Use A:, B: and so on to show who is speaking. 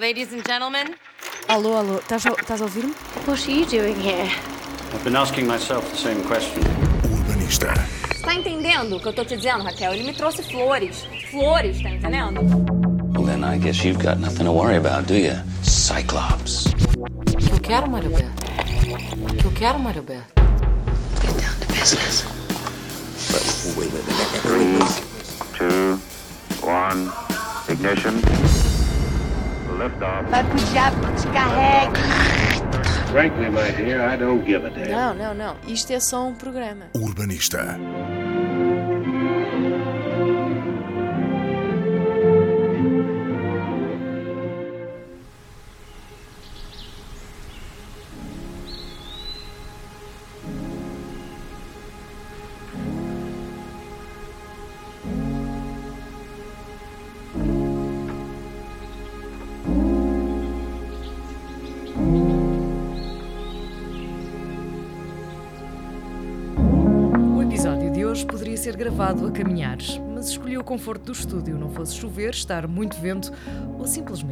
A: Ladies and gentlemen,
B: Alô, alô, estás a, estás a ouvir-me?
C: What are you doing here?
D: I've been asking myself the same question.
E: O urbanista.
F: Tá entendendo o que eu tô te dizendo, Raquel? Ele me trouxe flores. Flores, tá entendendo?
G: Well, then I guess you've got nothing to worry about, do you? Cyclops.
A: o que eu quero, Mário Beto? O que eu quero, Mário Beto?
C: Get down to business.
H: two, one, ignition. Liftoff.
D: Frankly, my dear, I don't give a damn.
B: Não, não, não. Isto é só um programa.
E: O urbanista.
I: O episódio de hoje poderia ser gravado a caminhar, mas escolhi o conforto do estúdio, não fosse chover, estar muito vento ou simplesmente.